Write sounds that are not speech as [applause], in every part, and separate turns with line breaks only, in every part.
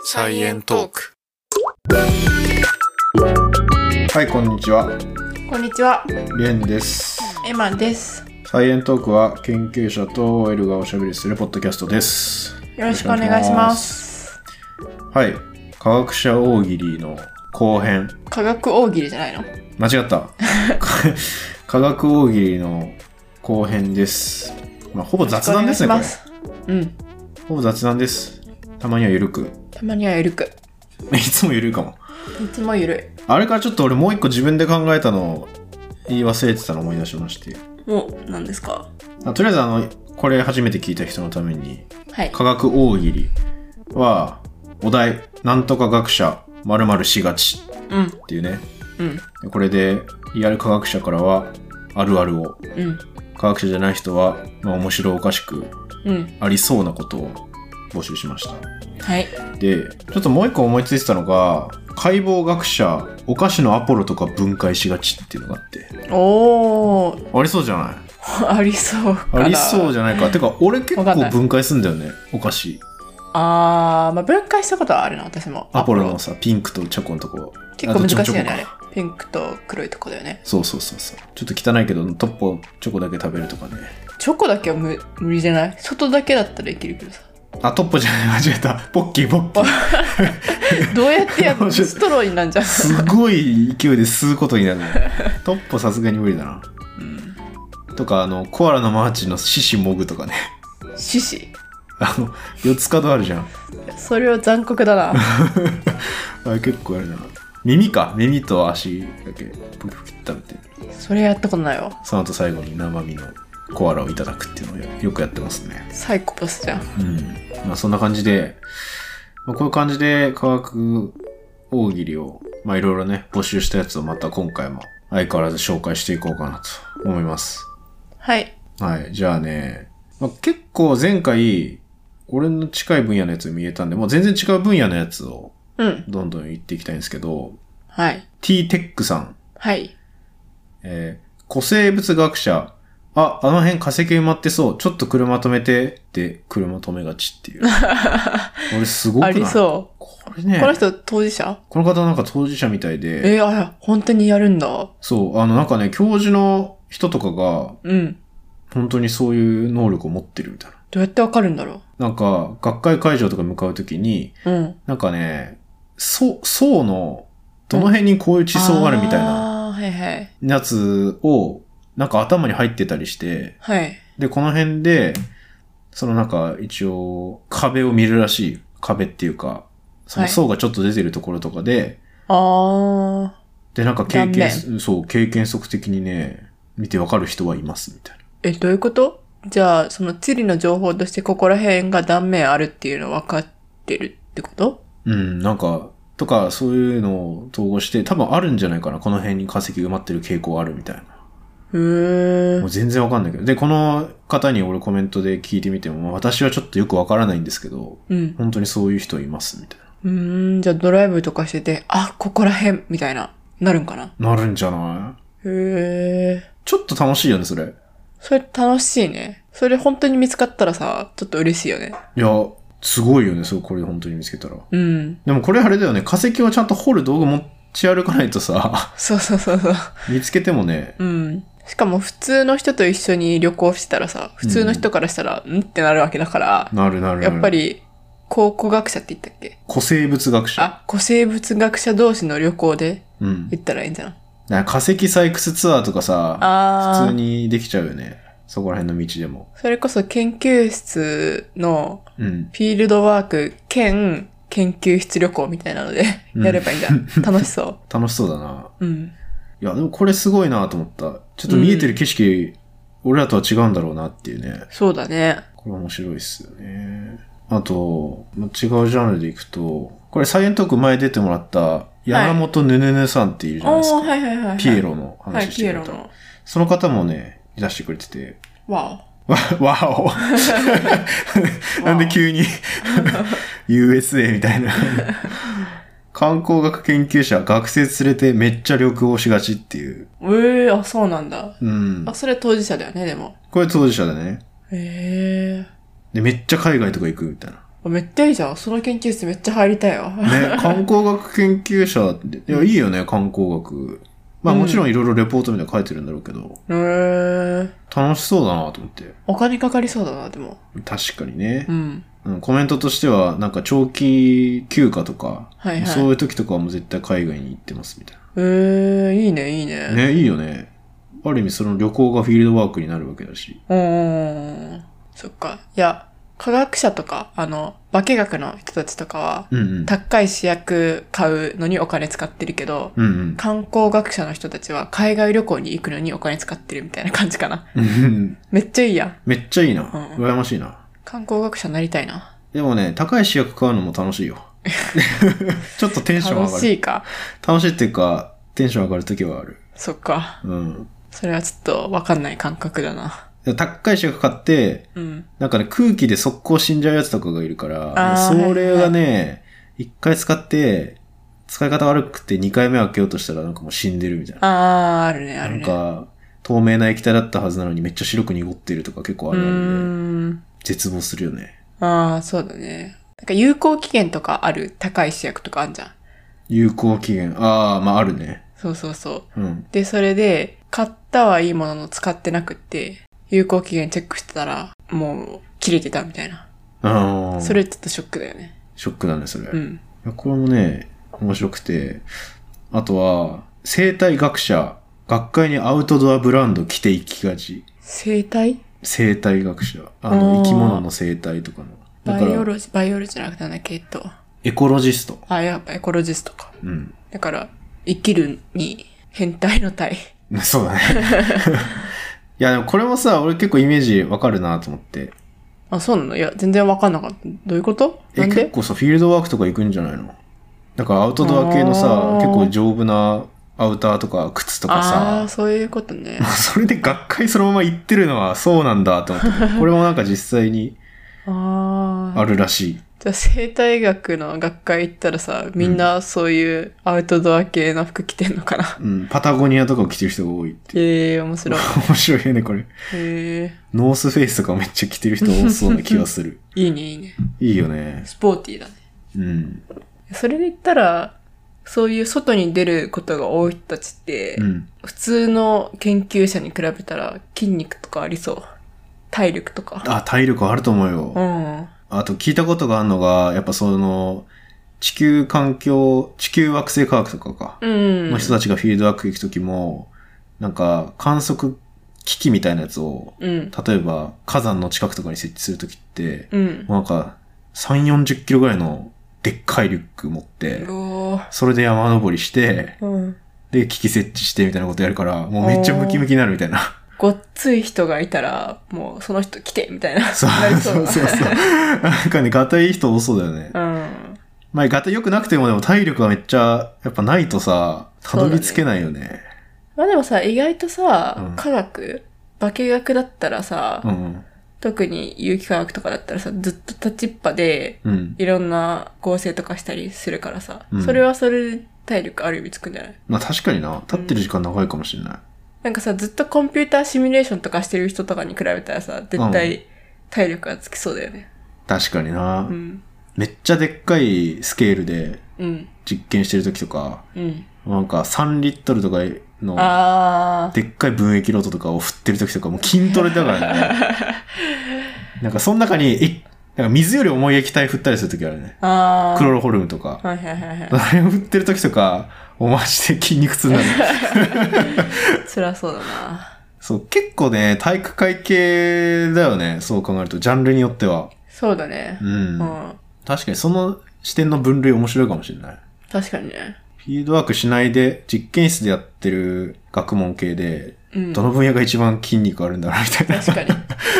サイエントーク。
はい、こんにちは。
こんにちは、
レンです。
エマンです。
サイエントークは研究者と OL がおしゃべりするポッドキャストです。
よろしくお願いします。
はい、科学者大喜利の後編。
科学大喜利じゃないの
間違
[laughs]
った。科学大喜利の後編です。まあ、ほぼ雑談ですね、
よ
こ
ろ
れ
し。くお願いしますうん。
ほぼ雑談です。たまにはゆるく。
たまにはゆるく。
いつもゆるいかも。
いつもゆる
あれからちょっと俺もう一個自分で考えたのを言い忘れてたのを思い出しまして。
い。お、何ですか
あとりあえずあの、これ初めて聞いた人のために、
はい。
科学大喜利はお題「なんとか学者まるしがち」
うん。
っていうね
うん。
これでリアル科学者からはあるあるを
うん。
科学者じゃない人は、まあ、面白おかしく
うん。
ありそうなことを募集しまし
はい。
たでちょっともう一個思いついてたのが解剖学者お菓子のアポロとか分解しがちっていうのがあって
おー、
ありそうじゃない
ありそうか
あ
な。
りそう
じ
じゃないかてか俺結
わかんな
構
い
分解すんだよねお菓子
ゃん。あー、まあ、分解したことはあるな、私も。
アポロのさピンクとチョコのとこ
結構難しいよね、
あと
あ
チョコチョ
れ。ピンクと黒いとこだよね。
そうそうそうそう。ちょっと汚いけど、トッポチョコだけ食べるとかね。
チョコだけは無無理じゃない外だけだったらいけるけどさ。
あ、トッポじゃない、間違えた。ポッキー、ポッキ
[laughs]
ー。
どうやってやるの
[laughs] 面白い
ストローにな
[laughs]
んじゃん。
すごい勢いで吸うことになるね。トッポさすがに無理だな。
うん。
とか、あの、コアラのマーチの獅子もぐとかね。 [laughs]
獅子。
あの、四つ角あるじゃん。
それは残酷だな。
あれ結構あれだな。耳か。耳と足だけプキプキって食べて、
それやったことないわ。
その後最後に生身のコアラをいただくっていうのをよよくやってますね。
サイコパスじゃん。
うん。まあそんな感じで、まあ、こういう感じで科学大喜利を、まあいろいろね、募集したやつをまた今回も相変わらず紹介していこうかなと思います。
はい。
はい。じゃあね、まあ、結構前回、俺の近い分野のやつ見えたんで、もう全然違う分野のやつを
うん。
どんどん言っていきたいんですけど、
はい。
T-TECH さん、
はい。
えー古生物学者、あ、あの辺化石埋まってそう、ちょっと車止めて、で、車止めがちって
[laughs]
いう。俺すごくな
あ
い
りそう。
これね、
この人当事者
この方なんか当事者みたいで、
えー、あ、本当にやるんだ。
そう、あのなんかね、教授の人とかが、
うん。
本当にそういう能力を持ってるみたいな。
どうやってわかるんだろ
なんか、学会会場とか向かうときに、
う。うん。
なんかね、層、層の、どの辺にこういう地層があるみたいな
あーはいはい。
やつを、なんか頭に入ってたりして、
はい。
で、この辺で、そのなんか一応壁を見るらしい。壁っていうか、その層がちょっと出てるところとかで、
あー。
で、なんか経
断
験、そう、経験則的にね、見てわかる人はいますみたいな。
え、どういうことじゃあ、その地理の情報としてここら辺が断面あるっていうの分かってるってこと
うん、なんか、とか、そういうのを統合して、多分あるんじゃないかな。この辺に化石埋まってる傾向あるみたいな。
へー
もう。全然わかんないけど。で、この方に俺コメントで聞いてみても、まあ私はちょっとよくわからないんですけど、
うん。
本当にそういう人いますみたいう
ーん、じゃあドライブとかしてて、あ、ここら辺みたいな、なるんかな
な。なるんじゃない
へー。
ちょっと楽しいよね、それ。
それ楽しいね。それ本当に見つかったらさ、ちょっと嬉しいよね。
いや、すごいよね、そう、これ本当に見つけたら。
うん。
でもこれあれだよね、化石をちゃんと掘る道具持ち歩かないとさ、 [laughs]
そうそうそうそう。
見つけてもね、
うん。しかも普通の人と一緒に旅行してたらさ、普通の人からしたら、んってなるわけだから、
なるなるな
や
る
っぱり、考古学者って言ったっけ
古生物学者。
あ、古生物学者同士の旅行で
うん。だ
行ったらいいんじゃん。
から化石採掘ツアーとかさ、
あ
普通
ー。
にできちゃうよね。そこら辺の道でも。
それこそ研究室の
うん。
フィールドワーク兼研究室旅行みたいなので、
うん
やればいいんじゃん。楽しそ
楽しそうだな。
う。うん。
いや、でもこれすごいなと思った。ちょっと見えてる景色、俺らとは違うんだろうなっていうね。
そうだね。
これ面白いっすよね。あと、まあ違うジャンルでいくと、これサイエントーク前出てもらった、山本ぬぬぬさんっているじゃないですか。
おー、はいはいはい、はい。
ピエロの
はい、
話し
ピ
て
エ
くれ
ロ
た。
の。
その方もね、いらしてくれてて、
わ
[laughs]
[laughs]
わ、わお。
お。
なんで
に。
急に USA みたいな。観光学研究者、学生連れてめっちゃ旅行しがちっていう。
ええー、あ、そうなんだ。
うん
あ、。それ当事者だよね、でも。
これ当事者だね。
ええ
で、めっちゃ海外とか行くみたいな。
あめっちゃいいじゃん。その研究室めっちゃ入りたいわ。
[laughs]
[laughs]
ね、観光学研究者って、いや、いいよね、観光学。まあもちろんいろいろレポートみたいなの書いてるんだろうけど、
へー。
楽しそうだなと思って。
お金かかりそうだな、でも。
確かにね
う。ん。
うん、コメントとしては、なんか長期休暇とか、
はいはい
そういう時とかはもう絶対海外に行ってますみたい
えー、いいね、いいね。
な。ね、いいよね。ある意味その旅行がフィールドワークになるわけだし。
うーん。そっか。いや、科学者とか、あの、化学の人たちとかは、
うんうん。
高い試薬買うのにお金使ってるけど、
うん
観光学者の人たちは海外旅行に行くのにお金使ってるみたいな感じかな。
うん。 [laughs]
めっちゃいいやん。
めっちゃいいな。
ん
羨ましいな。
観光学者になりたいな。
でもね、高い試薬買うのも楽しいよ。ちょっとテンション上がる。
楽しいか。
楽しいっていうか、テンション上がる時はある。
そっか。
うん。
それはちょっとわかんない感覚だな。
で高い試薬買って、
うん。
なんかね、空気で速攻死んじゃうやつとかがいるから、
あー
それがね、一、回使って、使い方悪くて二回目開けようとしたらなんかもう死んでるみたいな。
あー、あるね、あ
な
る
ん
ね。
か、透明な液体だったはずなのにめっちゃ白く濁ってるとか結構あ
うー
るあるで、
ん。
絶望するよね。
あー、そうだね。なんか有効期限とかある高い試薬とかあんじゃん。
有効期限。ああ、まああるね。
そうそうそう。
うん。
で、それで、買ったはいいものの使ってなくって、有効期限チェックしてたら、もう、切れてたみたいな。
ああ、
それちょっとショックだよね。
ショックだね、それ。
う
い
ん。
やこれもね、面白くて、あとは、生態学者、学会にアウトドアブランド着ていきがち。
生態
生態学者。あ
あー
の、生き物の生態とかの。
バ
だ
イ
から、
オロジ、バイオロジじゃなくてなんだっけ、えっと。
エコロジスト。
あ、やっぱエコロジストか。
うん。 [laughs]
だから、生きるに、変態の体。
そう
[laughs]
だね。いや、でもこれもさ、俺結構イメージわかるなと思って。
あ、そうなのいや、全然わかんなかった。どういうことな
え、
ん
結
で
構さ、フィールドワークとか行くんじゃないのだからアウトドア系の
あ
さ
ー、
結構丈夫なアウターとか靴とか
ああ
さ、
ー、そういうこ
[laughs]
とね。
それで学会そのまま行ってるのはそうなんだ
[laughs]
と思って。これもなんか実際に
ああ。
あるらしい。
じゃあ生態学の学会行ったらさ、みんなそういうアウトドア系の服着てんの
[laughs]
かな。
うん、パタゴニアとかを着てる人が多い [laughs] って。
ええ
[laughs]
面白い。
面白いよね、これ。
へえ
ノースフェイスとかめっちゃ着てる人多そうな気が
[laughs]
する。
いいね、いいね。
いいよね。
スポーティーだね。
うん。
それで言ったら、そういう外に出ることが多い人たちって、
うん。
普通の研究者に比べたら筋肉とかありそう。体力とか。
あ、体力あると思うよ。
うん。
あと聞いたことがあるのが、やっぱその、地球環境、地球惑星科学とかか。
うん
の。人たちがフィールドワーク行くときも、なんか観測機器みたいなやつを、
うん。
例えば火山の近くとかに設置するときって、
うん。
もうなんか3、40キロぐらいのでっかいリュック持って、
おー
それで山登りして、
うん。
で、機器設置してみたいなことやるから、もうめっちゃムキムキになるみたいな。
ごっつい人がいたら、もうその人来てみたいな。
そう
なり
そううそうそう。なんかね、ガタいい人多そうだよね。
うん。
まあ、ガタ良くなくてもでも体力がめっちゃ、やっぱないとさ、たどり着けないよね。
まあでもさ、意外とさ、
うん
科学、化学だったらさ、
うん
特に有機化学とかだったらさ、ずっと立ちっぱで、
うん。うん。
いろんな合成とかしたりするからさ、
うん
それはそれで体力ある意味つくんじゃない
まあ確かにな、立ってる時間長いかもしれない。
なんかさ、ずっとコンピューターシミュレーションとかしてる人とかに比べたらさ、絶
う
対体力がつきそうだよね。
確かにな、
うん。
めっちゃでっかいスケールで
うん。
実験してる時とか、
うん。
なんか3リットルとかの、
あ
でっかい分液ロートとかを振ってる時とか、もう筋トレだ
[laughs]
からね。なんかその中に、えなんか水より重い液体振ったりする時あるね。
ー。あ
クロロホルムとか。
ー。はいはいはいはい。
あれを振ってる時とか、おまして筋肉痛になる。
[laughs] 辛そうだな。
そう、結構ね、体育会系だよね。そう考えると、ジャンルによっては。
そうだね
う。ん。
うん。
確かにその視点の分類面白いかもしれない。
確かにね。
フィールドワークしないで、実験室でやってる学問系で、
うん
どの分野が一番筋肉あるんだろうみたい
[laughs]
な。
確かに。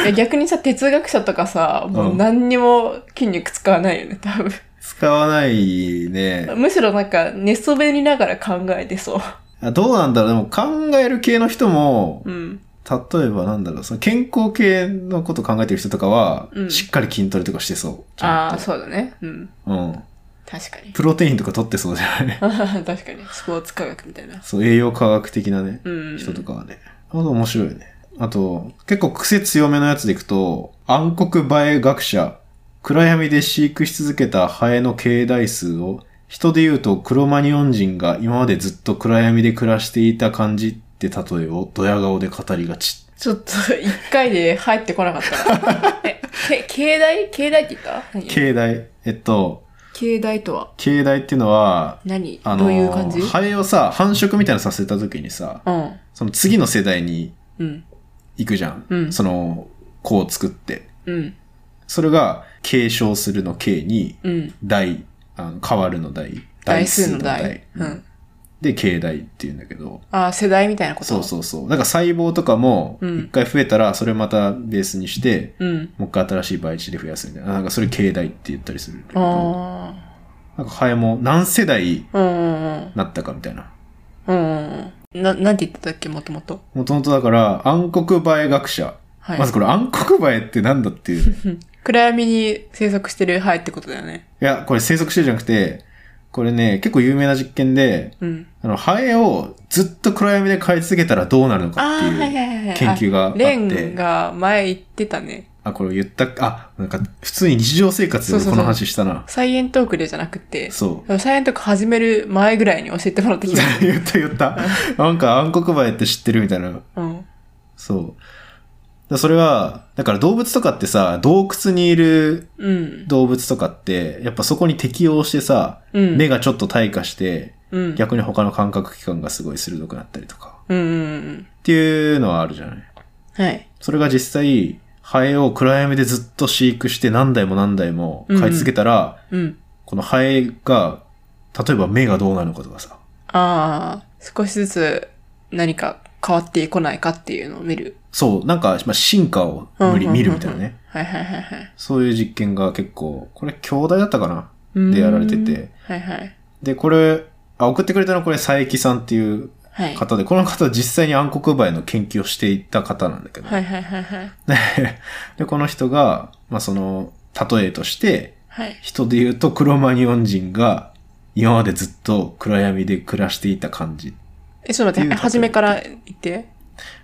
いや逆にさ、哲学者とかさ、もううん何にも筋肉使わないよね、多分。
使わないね。
むしろなんか寝そべりながら考えてそう。
あどうなんだろう。でも考える系の人も、
うん。
例えばなんだろう、その健康系のこと考えてる人とかは、
うん
しっかり筋トレとかしてそう。ちゃん
ああ、そうだね。うん。
とうん。
確かに。 [laughs]
プロテインとか取ってそうじゃない
確かに。スポーツ科学みたいな。
そう、栄養科学的なね、
うん
人とかはね。あと面白いよね。あと、結構癖強めのやつでいくと、暗黒映え学者、暗闇で飼育し続けたハエの形態数を、人で言うとクロマニオン人が今までずっと暗闇で暮らしていた感じって例えをドヤ顔で語りがち。
ちょっと、一回で入ってこな
[laughs]
かった。え、け、境内境内って言った何
境内。えっと、
境内とは
境内っていうのは、
何
あ
ど
の
ういう感じ
ハエをさ、繁殖みたいなのさせた時にさ、
うん。
その次の世代に
うん。
行くじゃん。
うん
その、子を作って。
うん。
それが、継承するの継に、
うん。
代、あの変わるの代。
台数の台。
う
う
ん
ん。
で、継代っていうんだけど、
あー、世代みたいなこと
そうそうそう。だから細胞とかも、
うん
一回増えたら、それまたベースにして、
う。うん。
もう一回新しい培地で増やすみたいな。なんかそれ継代って言ったりするんだけど。
あ
なんかハエも何世代
あ。うんうんうん。
なったかみたいな。
うんうん。な、なんて言ってたっけ、もともと。
もともとだから、暗黒映え学者。
はい。
まずこれ暗黒映えってなんだって
[laughs]
いう。い
うん暗闇に生息してるハエってことだよね。
や、これ生息してるじゃなくて、これね、結構有名な実験で、
うん。
あの、ハエをずっと暗闇で飼い続けたらどうなるのかっ
あ
て
あ、はい
いう。
はいはいはい。
研究があって
レンが前言ってたね。
あ、これ言った、あ、なんか、普通に日常生活で
そうそうそう
この話したな。
サイエントークでじゃなくて、
そう。
でもサイエントーク始める前ぐらいに教えてもらってきた。
[laughs] 言った言った。なんか暗黒映えって知ってるみたいな。
うん。
そう。だそれは、だから動物とかってさ、洞窟にいる
うん。
動物とかって、やっぱそこに適応してさ、
うん
目がちょっと退化して、
うん。
逆に他の感覚器官がすごい鋭くなったりとか。
うんうんうん。
っていうのはあるじゃない。
はい。
それが実際、ハエを暗闇でずっと飼育して何代も何代も飼い続けたら、
うん。
このハエが、例えば目がどうなるのかとかさ。
ああ、少しずつ何か変わってこないかっていうのを見る。
そう、なんか、まあ、進化を無理見るみたいなね。
はいはいはいはい。
そういう実験が結構、これ兄弟だったかな
うーん
でやられてて。
はいはい。
で、これ、あ、送ってくれたのはこれ、佐伯さんっていう
はい。
方で、この方は実際に暗黒梅の研究をしていた方なんだけど。
はいはいはいはい。
[laughs] で、この人が、まあ、その、例えとして、
はい。
人で言うとクロマニオン人が今までずっと暗闇で暮らしていた感じ。
え、ちょっと
っ
待ってて、
いう
初めから言って。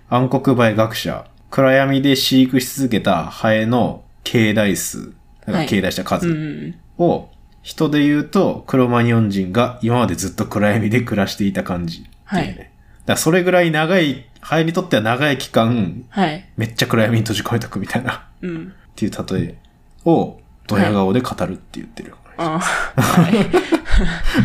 暗黒梅学者、暗闇で飼育し続けたハエの形代数、だか
は
ら
い
形代した
う
数
んうん
を、人で言うとクロマニオン人が今までずっと暗闇で暮らしていた感じっていうね。
はい
だからそれぐらい長い、ハエにとっては長い期間、
はい。
めっちゃ暗闇に閉じ込めとくみたいな、
うん。
っていう例えを、ドヤ顔で語るって言ってる。
ああ。は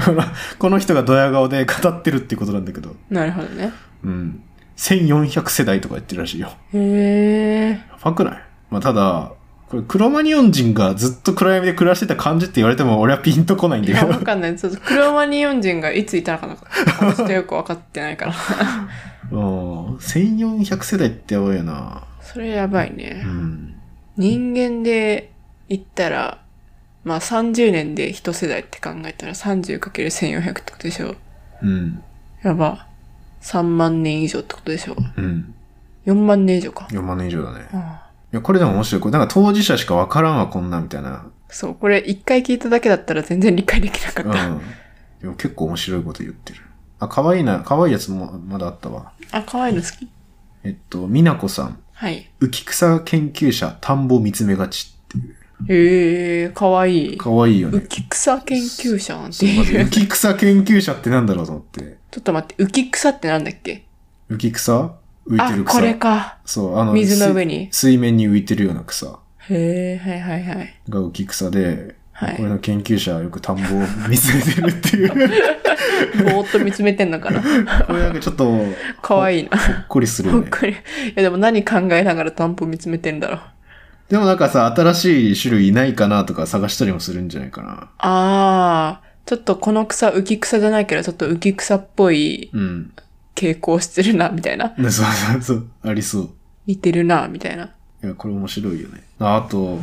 このこの人がドヤ顔で語ってるっていうことなんだけど、
[laughs] い。なるほどね。
うん。1400世代とか言ってるらしいよ。
へえ。
やばくないまあ、ただ、これ、クロマニオン人がずっと暗闇で暮らしてた感じって言われても、俺はピンとこないん
い
だ
や、
け
わ
ど。
かんない。ちょっと、クロマニオン人がいついたのかなちょっとよくわかってないから。
[laughs]
[laughs]
うん。1400世代ってやばいよな。
それやばいうね。
ん。
人間で言ったら、まあ30年で一世代って考えたら 30×1400 ってことでしょ。
うん。
やば。3万年以上ってことでしょ。
うん。
4万年以上か。
4万年以上だね。
うん
いや、これでも面白い。これ、なんか当事者しかわからんわ、こんな、みたいな。
そう、これ一回聞いただけだったら全然理解できなか
う
っ
ん
た。。
でも結構面白いこと言ってる。あ、可愛いな、可愛いやつも、まだあったわ。
あ、可愛いの好き
えっと、美奈子さん。
はい。
浮草研究者、田んぼ見つめがちっていう。
へえー、可愛い。
可愛いよ
[laughs]
ね。
浮草研究者なんて
そう、まず
いう。
浮草研究者ってなんだろうと思って。
[laughs] ちょっと待って、浮草ってなんだっけ
浮き草浮いて
あ
る、
こ
草。
れか。
そう、あの、
水の上
に。
に。
水面に浮いてるような草が
へえ、はいはいはい。
浮き草で、
はい
これの研究者はよく田んぼを見つめてるって
[laughs]
いう。
ぼーっと見つめてんのかな。
これなん [laughs] かちょっと、
可愛いな。
ほっこりする
ほ
よ
っ
ね。
こり。いやでも何考えながらタンポ見つめてんだろう。
でもなんかさ、新しい種類いないかなとか探したりもするんじゃないかな。
あー、ちょっとこの草、浮草じゃないけど、ちょっと浮草っぽい
うん。
傾向してるな、みたいな。
ねそうそうそう。ありそう。
似てるな、みたいな。
いや、これ面白いよね。ああと、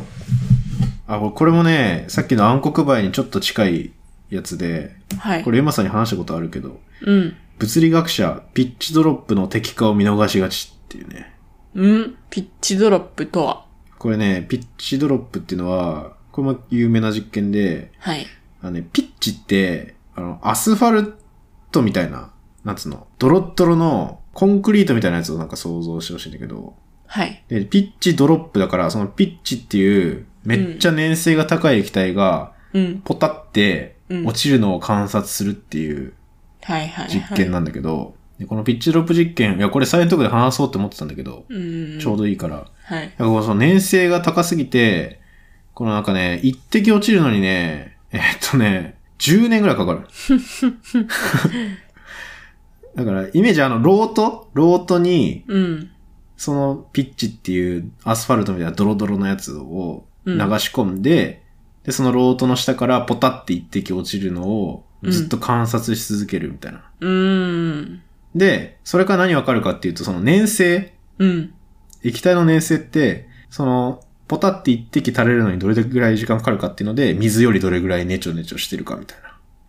あ、これこれもね、さっきの暗黒梅にちょっと近いやつで、
はい
こ。れエマさんに話したことあるけど、
うん。
物理学者、ピッチドロップの敵化を見逃しがちっていうね。
うんピッチドロップとは
これね、ピッチドロップっていうのは、これも有名な実験で、
はい。
あのね、ピッチって、あの、アスファルトみたいな、なんつうの、ドロッドロのコンクリートみたいなやつをなんか想像してほしいんだけど、
はい。
で、ピッチドロップだから、そのピッチっていう、めっちゃ粘性が高い液体が、
うん。
ポタって
うん
落ちるのを観察するっていう
はいはいはい。
実験なんだけど、でこのピッチドロップ実験、いや、これサイエントークで話そうって思ってたんだけど、
うん。
ちょうどいいから。
はい。
だからこうその粘性が高すぎて、このなんかね、一滴落ちるのにね、えっとね、10年ぐらいか
[laughs]
かる。だから、イメージあの、ロートロートに、
うん。
そのピッチっていうアスファルトみたいなドロドロのやつを流し込んで、で、そのロートの下からポタって一滴落ちるのをずっと観察し続けるみたいな。
うん。
で、それから何わかるかっていうと、その粘性、
うん。
液体の粘性って、その、ポタって一滴垂れるのにどれぐらい時間かかるかっていうので、水よりどれぐらいネチョネチョしてるかみたい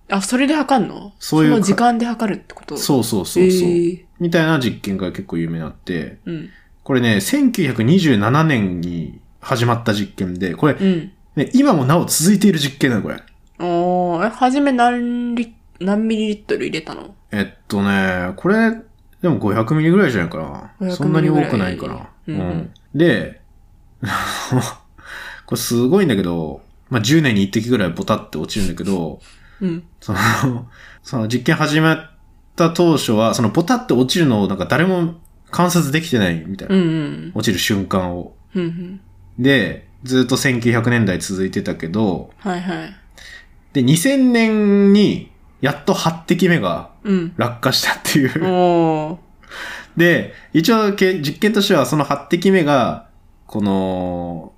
な。
あ、それで測んの
そういう
の時間で測るってことう
そうそうそうそう。
えー
みたいな実験が結構有名になって、
うん。
これね、1927年に始まった実験で、これ、
うん。
ね、今もなお続いている実験なの、これ。
おー、え、はじめ何リ、何ミリリットル入れたの
えっとね、これ、でも500ミリぐらいじゃないかな。
500
そんなに多くないかな。
ミリぐらいうん
で、 [laughs] これすごいんだけど、まあ、10年に1滴ぐらいボタって落ちるんだけど、
うん。
その、 [laughs] その実験始まった当初は、そのボタって落ちるのをなんか誰も観察できてないみたいな。
うんうん。
落ちる瞬間を。
うんうん。
で、ずっと1900年代続いてたけど、
はいはい。
で、2000年にやっと8滴目が
うん。
落下したっていう。 [laughs]
おー。で、
で、一応け実験としてはその8滴目が、この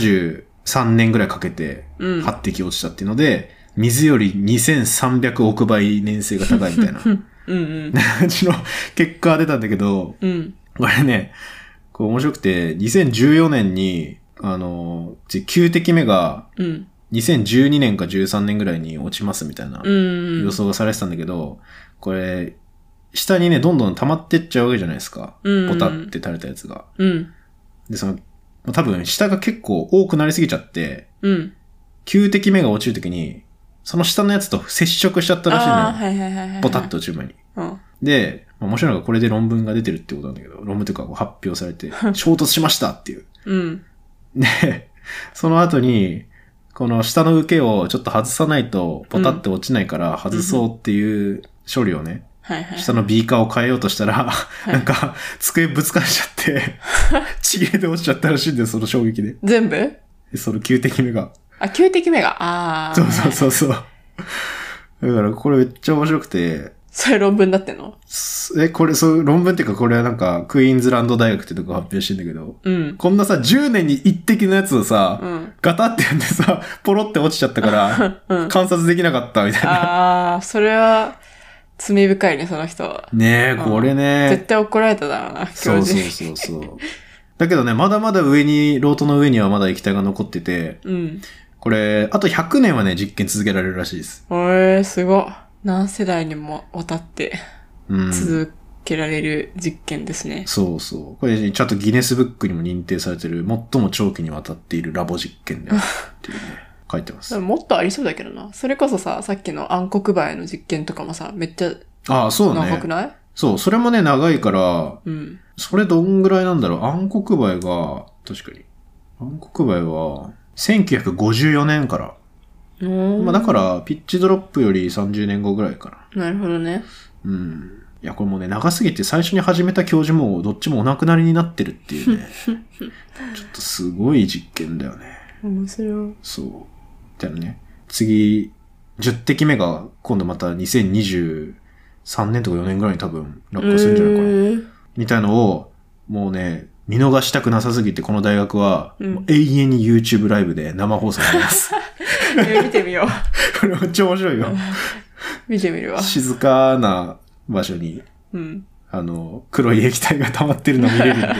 73年ぐらいかけて
うん。
8滴落ちたっていうので、水より2300億倍粘性が高いみ
[laughs]
たいな
うんうん。
感じの結果が出たんだけど、
うん。
これね、こう面白くて、2014年に、あの、じ9滴目が
うん。
2012年か13年ぐらいに落ちますみたいな
うん。
予想がされてたんだけど、これ、下にね、どんどん溜まってっちゃうわけじゃないですか。
うん
ボタって垂れたやつが。
うん。
で、その、多分下が結構多くなりすぎちゃって、
うん。
9滴目が落ちるときに、その下のやつと接触しちゃったらしいのよ。
ああー、はいはいはいはい。
ボタッと落ちる前に。
うん。
で、まあ、面白いのがこれで論文が出てるってことなんだけど、論文というかこう発表され
[laughs]
て、衝突しましたっていう。
うん。
で、その後に、この下の受けをちょっと外さないと、ポタって落ちないから外そうっていう処理をね、
はいはい。
下のビーカーを変えようとしたら、
い
なんか、机ぶつかれちゃって、
[laughs]
ちぎれて落ちちゃったらしいんだよ、その衝撃で。
全部
その9滴目が。
あ、9滴目が。ああ。
そうそうそうそう。だからこれめっちゃ面白くて、
それ論文だっての
すえ、これ、そう、論文っていうかこれはなんか、クイーンズランド大学ってとこ発表してんだけど、
うん。
こんなさ、10年に一滴のやつをさ、
うん。
ガタってやってさ、ポロって落ちちゃった
[laughs]
から、
うん。
観察できなかったみたいな。
ああ、それは、罪深いね、その人は。
ねえ、これ
絶
ね。
対怒られただろうな、
そ
教
うそう
授。
そうそう。 [laughs] だけどね、まだまだ上に、ロートの上にはまだ液体が残ってて、
うん。
これ、あと100年はね、実験続けられるらしいです。
ええ、すごい。何世代にもわたって
うん。
続けられる実験ですね。
そうそう。これ、ね、ちゃんとギネスブックにも認定されてる、最も長期にわたっているラボ実験であるって
[laughs]
いうね、書いてます。
もっとありそうだけどな。それこそさ、さっきの暗黒梅の実験とかもさ、めっちゃ
ああ、そう
長
ね
く。ない
そう、それもね、長いから、
うん。
それどんぐらいなんだろう暗黒梅が、確かに。暗黒梅は、1954年から。まあだから、ピッチドロップより30年後ぐらいか
なるほどね。
な。うん。いや、これもうね、長すぎて最初に始めた教授も、どっちもお亡くなりになってるっていう
[laughs]
ね。ちょっとすごい実験だよね。
面白い。
そう。だよね。次、10滴目が、今度また2023年とか4年ぐらいに多分落下するんじゃないかな。みたいのを、もうね、見逃したくなさすぎて、この大学は、
うん
もう永遠に YouTube ライブで生放送して
[laughs]
ます。
えー見てみよう。
これめっちゃ面白いよ。
[laughs] 見てみるわ。
静かな場所に、
うん。
あの、黒い液体が溜まってるの見れるんで。こ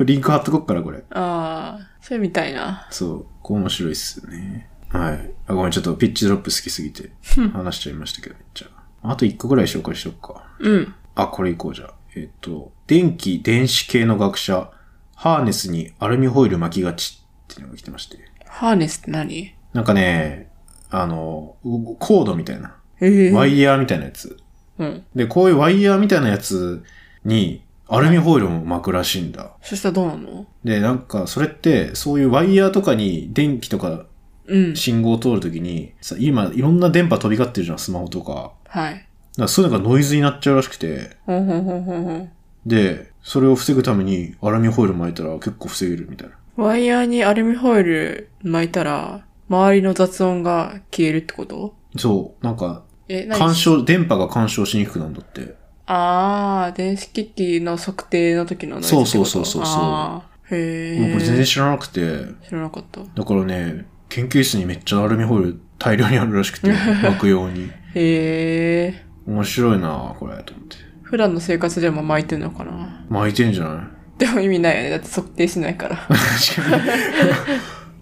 れリンク貼っとこっから、これ。
ああ、それ見たいな。
そう、これ面白いっすよね。はい。あ、ごめん、ちょっとピッチドロップ好きすぎて、話しちゃいましたけど、じゃあ。あと1個ぐらい紹介しよっか。
うん。
あ、これいこうじゃあ。えっ、と、電気、電子系の学者、ハーネスにアルミホイル巻きがちっていうのが来てまして。
ハーネスって何
なんかね、あの、うコードみたいな、
ええ
ワイヤーみたいなやつ。
うん。
で、こういうワイヤーみたいなやつに、アルミホイルも巻くらしいんだ。
そしたらどうなの
で、なんか、それって、そういうワイヤーとかに電気とか
うん。
信号を通るときに、さ、今、いろんな電波飛び交ってるじゃん、スマホとか。
はい。
だからそういうのがノイズになっちゃうらしくて、
ほんほんほんほんほん。
で、それを防ぐためにアルミホイル巻いたら結構防げるみたいな。
ワイヤーにアルミホイル巻いたら、周りの雑音が消えるってこと
そう、なんか、
え、何
干渉、電波が干渉しにくくなるんだって。
あー、電子機器の測定の時のノイズってこと
そうそうそうそうそう
あーへ
もう
ー。
これ全然知らなくて、
知らなかった。
だからね、研究室にめっちゃアルミホイル大量にあるらしく
[laughs]
て、巻くように。
へー。
面白いなこれ、と思って。
普段の生活でも巻いてんのかな
巻いてんじゃない
でも意味ないよね。だって測定しないから。
確かに。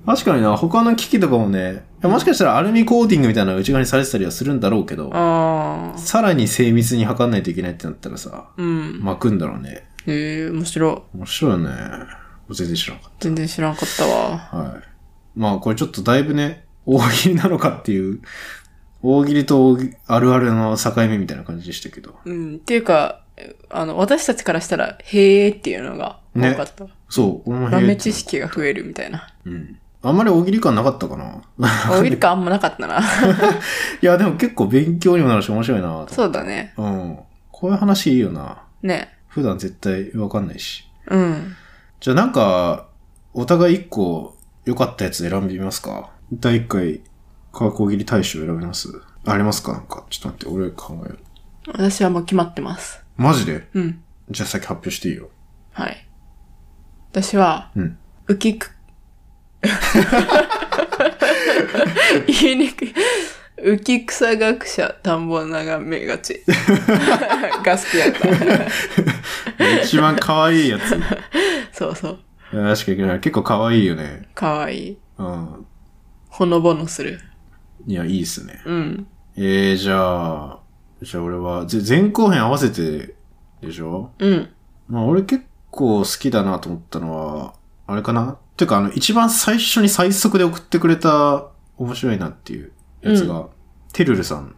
確かにな、他の機器とかもね、いやもしかしたらアルミコーティングみたいなの内側にされてたりはするんだろうけど、
あー。
さらに精密に測んないといけないってなったらさ、
うん。
巻くんだろうね。
へー、面白い。
面白いよね。全然知らなかっ
全然知らなかったわ。
た。はい。まあこれちょっとだいぶね、大喜利なのかっていう、大喜利と大喜利あるあるの境目みたいな感じでしたけど。
うん。っていうか、あの、私たちからしたら、へーっていうのが多かった。
そう、俺も
豆
へえ
知識が増えるみたい
[laughs]
な。
うん。あんまり大喜利感なかったかな。 [laughs]
大喜利感あんまなかったな。
いや、でも結構勉強にもなるし面白いなと思って
そうだね。
うん。こういう話いいよな。
ね。
普段絶対わかんないし。
うん。
じゃあなんか、お互い一個良かったやつ選びますか第一回、科学大喜利大賞選びますありますかなんか。ちょっと待って、俺考える。
私はもう決まってます。
マジで
うん。
じゃあ先発表していいよ。
はい。私は、
うん。
浮きく、言いにくい。浮き草学者、田んぼ眺めがち。 [laughs] が好きやった。
一番可 [laughs] 愛いやつ。
そうそう。
確かに結構可愛いよね。
かわいい。
うん。
ほのぼのする。
いや、いいっすね。
うん。
えー、じゃあ、じゃあ俺は、ぜ前後編合わせてでしょ
うん。
まあ俺結構好きだなと思ったのは、あれかなてかあの、一番最初に最速で送ってくれた面白いなっていうやつが、てるるさん。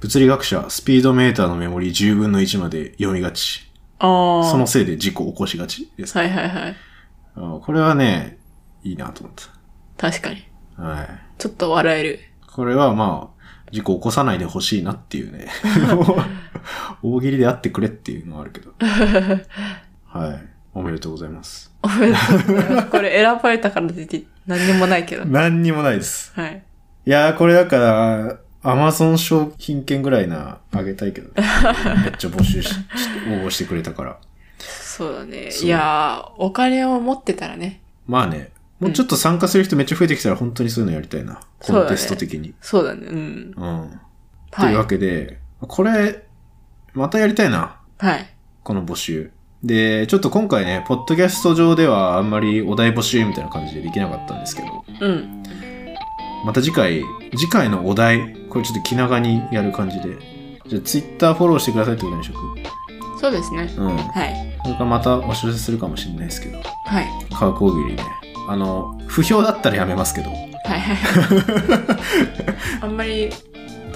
物理学者、スピードメーターのメモリ10分の1まで読みがち。
ああ。
そのせいで事故を起こしがちです。
はいはいはい。
あこれはね、いいなと思っ
確かに。
た。はい。
ちょっと笑える。 [laughs]
これはまあ、事故を起こさないでほしいなっていうね。大喜利であってくれっていうのはあるけど。はい。おめでとうございます。
おめでとうございます。これ選ばれたから出て、何にもないけど。
何にもないです。
はい。
いやー、これだから、アマゾン商品券ぐらいな、あげたいけど
[laughs]
ね。めっちゃ募集し、し応募してくれたから。
そうだね。
そう
いやー、お金を持ってたらね。
まあね、もうちょっと参加する人めっちゃ増えてきたら本当にそういうのやりたいな。
そうだ
コ
ね
ンテスト的に。
そうだね。うん。
うん。と
はいいう
わ。けで、これ、またやりたいな。
はい。
この募集。で、ちょっと今回ね、ポッドキャスト上ではあんまりお題募集みたいな感じでできなかったんですけど、
うん。
また次回、次回のお題、これちょっと気長にやる感じで。じゃあ、ツイッターフォローしてくださいってことにしとく。
そうですね。
うん。
はい。
それからまたお知らせするかもしれないですけど、
はい。
科学大喜利ね。あの、不評だったらやめますけど、
はいはい。
[laughs]
あんまり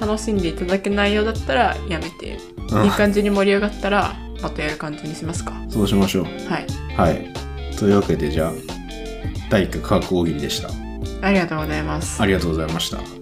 楽しんでいただけないようだったらやめて、いい感じに盛り上がったら、またやる感じにしますか。は
そうしましょう。
い。
はい。というわけで、じゃあ、第1回科学大喜利でした。
ありがとうございます。
ありがとうございました。